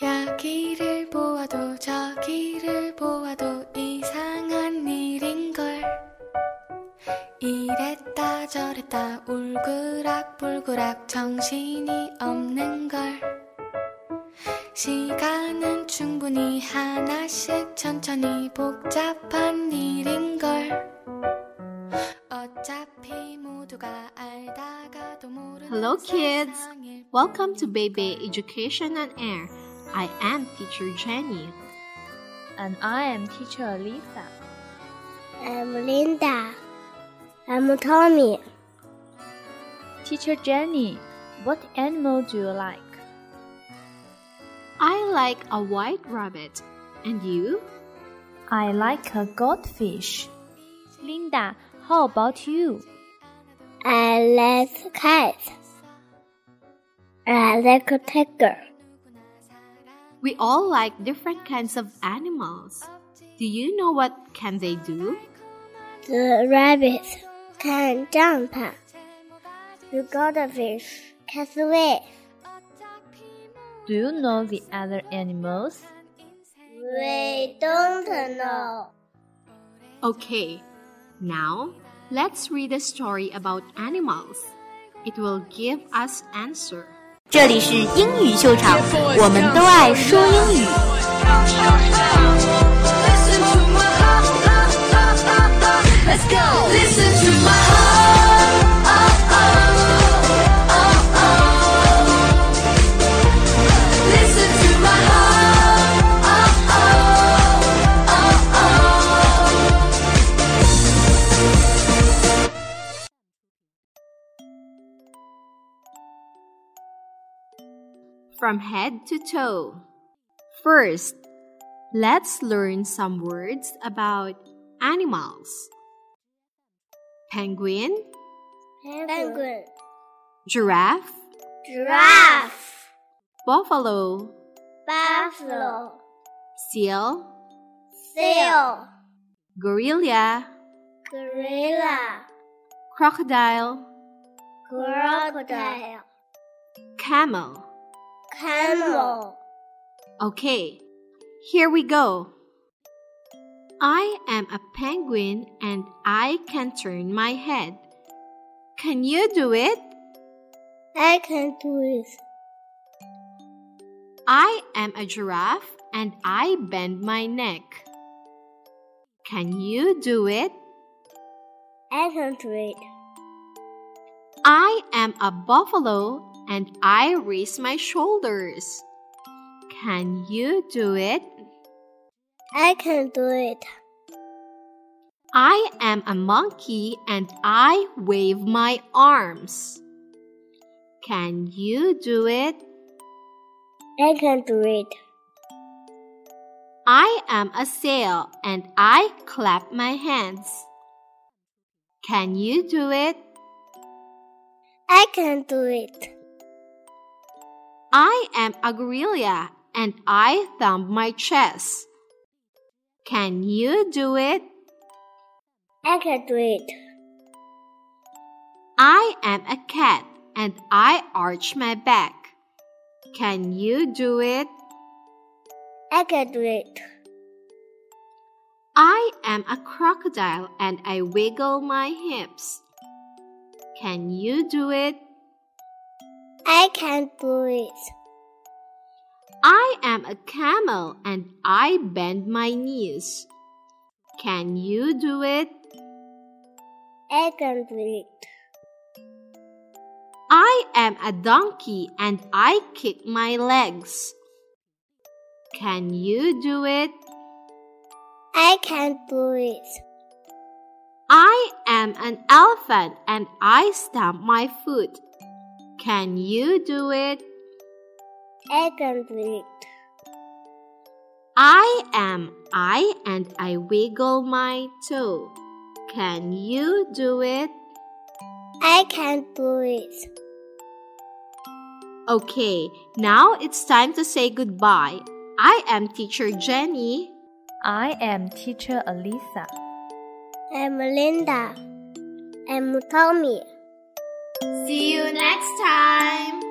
여기를 보아도 저기를 보아도 이상한 일인걸 이랬다 저랬다 울그락불그락 정신이 없는걸 시간은 충분히 하나씩 천천히 복잡한 일인걸 어차피 모두가 알다가도 모르는 Hello, kids. 세상일 Welcome to 뿐인걸. Baby Education on Air. I am teacher Jenny. And I am teacher Alisa. I'm Linda. I'm Tommy. Teacher Jenny, what animal do you like? I like a white rabbit. And you? I like a goldfish. Linda, how about you? I like cats. I like Uh, a tiger. We all like different kinds of animals. Do you know what can they do? The rabbit can jump. The goldfish can swim. Do you know the other animals? We don't know. Okay. Now, let's read a story about animals. It will give us answer. 这里是英语秀场，我们都爱说英语。 From head to toe. First, let's learn some words about animals. Penguin, Penguin, giraffe, giraffe, buffalo, buffalo, seal, seal, gorilla, gorilla, crocodile, crocodile, camel. camel. Okay, here we go. I am a penguin and I can turn my head. Can you do it? I can do it. I am a giraffe and I bend my neck. Can you do it? I can do it. I am a buffalo and I raise my shoulders. Can you do it? I can do it. I am a monkey and I wave my arms. Can you do it? I can do it. I am a sail and I clap my hands. Can you do it? I can do it. I am a gorilla and I thump my chest. Can you do it? I can do it. I am a cat and I arch my back. Can you do it? I can do it. I am a crocodile and I wiggle my hips. Can you do it? I can do it. I am a camel and I bend my knees. Can you do it? I can do it. I am a donkey and I kick my legs. Can you do it? I can do it. I am an elephant and I stamp my foot. Can you do it? I can do it. I am I and I wiggle my toe. Can you do it? I can do it. Okay, now it's time to say goodbye. I am teacher Jenny. I am teacher Alisa. I'm Linda. I'm Tommy. See you next time.